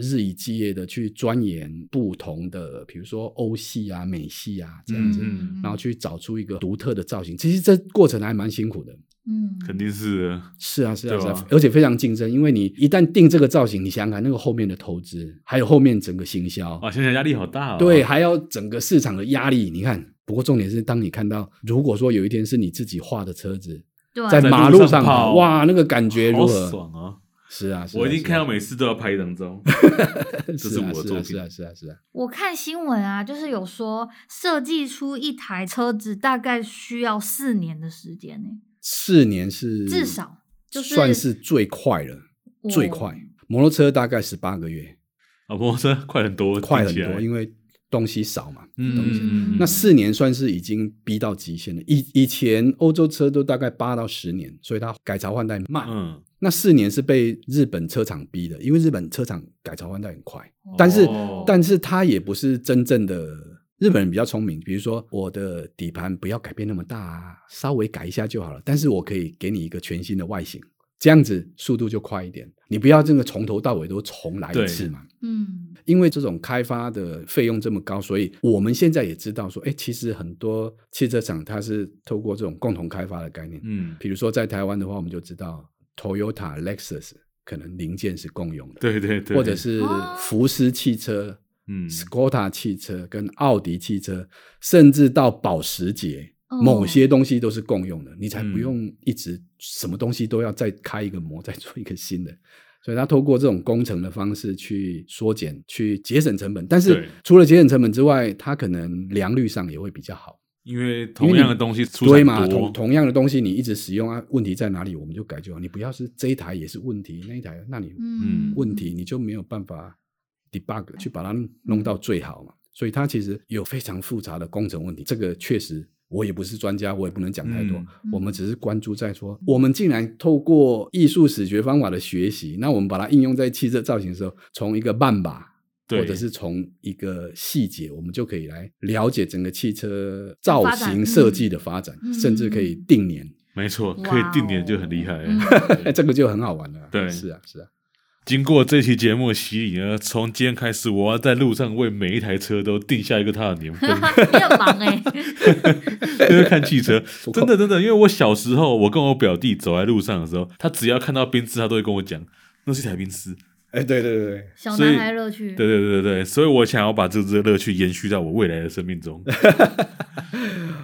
Speaker 3: 日以继夜的去钻研不同的，比如说欧系啊、美系啊这样子，
Speaker 1: 嗯
Speaker 3: 然后去找出一个独特的造型。其实这过程还蛮辛苦的。
Speaker 2: 嗯，
Speaker 1: 肯定是的
Speaker 3: 是啊，是啊，
Speaker 1: 对
Speaker 3: 是
Speaker 1: 吧
Speaker 3: 啊，而且非常竞争，因为你一旦定这个造型，你想想看，那个后面的投资，还有后面整个行销，
Speaker 1: 哇，想想压力好大哦。
Speaker 3: 对，还有整个市场的压力。你看，不过重点是，当你看到，如果说有一天是你自己画的车子
Speaker 2: 对，啊
Speaker 3: 在
Speaker 1: 在路
Speaker 3: 马路
Speaker 1: 上跑
Speaker 3: 跑，哇，那个感觉
Speaker 1: 好
Speaker 3: 如何？
Speaker 1: 爽哦！
Speaker 3: 是啊，是啊
Speaker 1: 我一定
Speaker 3: 是啊
Speaker 1: 看到每次都要拍一张照。这是
Speaker 3: 啊
Speaker 1: 我的作
Speaker 3: 啊
Speaker 1: 品
Speaker 3: 是啊，是啊，是啊，
Speaker 2: 我看新闻啊，就是有说设计出一台车子大概需要四年的时间呢、
Speaker 3: 四年是
Speaker 2: 至少就是
Speaker 3: 算是最快了，最
Speaker 2: 哦
Speaker 3: 快。摩托车大概十八个月，
Speaker 1: 啊，摩托车快很多，
Speaker 3: 快
Speaker 1: 听
Speaker 3: 很
Speaker 1: 起来
Speaker 3: 多，因为东西少嘛。
Speaker 1: 嗯
Speaker 2: 东
Speaker 1: 嗯
Speaker 2: 西
Speaker 1: 嗯，
Speaker 3: 那四年算是已经逼到极限了。以以前欧洲车都大概八到十年，所以它改朝换代慢。
Speaker 1: 嗯，
Speaker 3: 那四年是被日本车厂逼的，因为日本车厂改朝换代很快，但是、
Speaker 1: 哦
Speaker 3: 但是它也不是真正的日本人比较聪明，比如说我的底盘不要改变那么大、啊，稍微改一下就好了，但是我可以给你一个全新的外形，这样子速度就快一点，你不要这个从头到尾都重来一次
Speaker 1: 对
Speaker 3: 嘛。
Speaker 2: 嗯，
Speaker 3: 因为这种开发的费用这么高，所以我们现在也知道说，哎，其实很多汽车厂它是透过这种共同开发的概念，
Speaker 1: 嗯，
Speaker 3: 比如说在台湾的话，我们就知道 Toyota、Lexus 可能零件是共用的，
Speaker 1: 对对对，
Speaker 3: 或者是
Speaker 2: 哦
Speaker 3: 福斯汽车、
Speaker 1: 嗯
Speaker 3: Scotta 汽车跟奥迪汽车，甚至到保时捷。
Speaker 2: 哦
Speaker 3: 某些东西都是共用的，你才不
Speaker 1: 嗯
Speaker 3: 用一直什么东西都要再开一个模，再做一个新的。所以它透过这种工程的方式去缩减、去节省成本，但是
Speaker 1: 对
Speaker 3: 除了节省成本之外，它可能良率上也会比较好。
Speaker 1: 因为同样的东西出
Speaker 3: 对
Speaker 1: 产
Speaker 3: 嘛，
Speaker 1: 多
Speaker 3: 同同样的东西你一直使用啊，问题在哪里我们就改就好。你不要是这一台也是问题，那一台那你
Speaker 2: 嗯
Speaker 3: 问题，你就没有办法 debug 去把它弄到最好嘛。所以它其实有非常复杂的工程问题，这个确实我也不是专家，我也不能讲太多。
Speaker 2: 嗯
Speaker 3: 我们只是关注在说，我们竟然透过艺术史学方法的学习，那我们把它应用在汽车造型的时候，从一个慢把。
Speaker 1: 对
Speaker 3: 或者是从一个细节，我们就可以来了解整个汽车造
Speaker 2: 发展
Speaker 3: 型设计的发展，
Speaker 2: 嗯
Speaker 3: 甚至可以定年，
Speaker 1: 没错，
Speaker 2: 哇
Speaker 1: 可以定点就很厉害。
Speaker 2: 哦
Speaker 3: 哎，这个就很好玩了啊。
Speaker 1: 对
Speaker 3: 是啊，是啊，
Speaker 1: 经过这期节目的洗礼呢，从今天开始，我要在路上为每一台车都定下一个它的年 份，
Speaker 2: 你很忙哎、
Speaker 1: 就是看汽车。
Speaker 3: 不过
Speaker 1: 真的真的，因为我小时候，我跟我表弟走在路上的时候，他只要看到宾士，他都会跟我讲那是一台宾士。
Speaker 3: 哎，对对对对，
Speaker 2: 小
Speaker 1: 所以
Speaker 2: 男孩乐趣。
Speaker 1: 对对对对对，所以我想要把这支乐趣延续到我未来的生命中。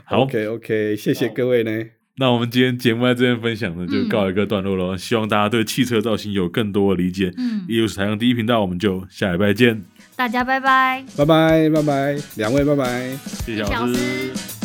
Speaker 1: 好
Speaker 3: OK OK，谢谢各位呢。
Speaker 1: 那我们今天节目在这边分享呢，就
Speaker 2: 嗯
Speaker 1: 告一个段落了。希望大家对汽车造型有更多的理解。
Speaker 2: 嗯，
Speaker 1: 艺术史台上第一频道，我们就下礼拜见。
Speaker 2: 大家拜拜。
Speaker 3: 拜拜拜拜，两位拜拜。
Speaker 1: 谢谢
Speaker 2: 谢谢
Speaker 1: 老
Speaker 2: 老
Speaker 1: 师
Speaker 2: 师。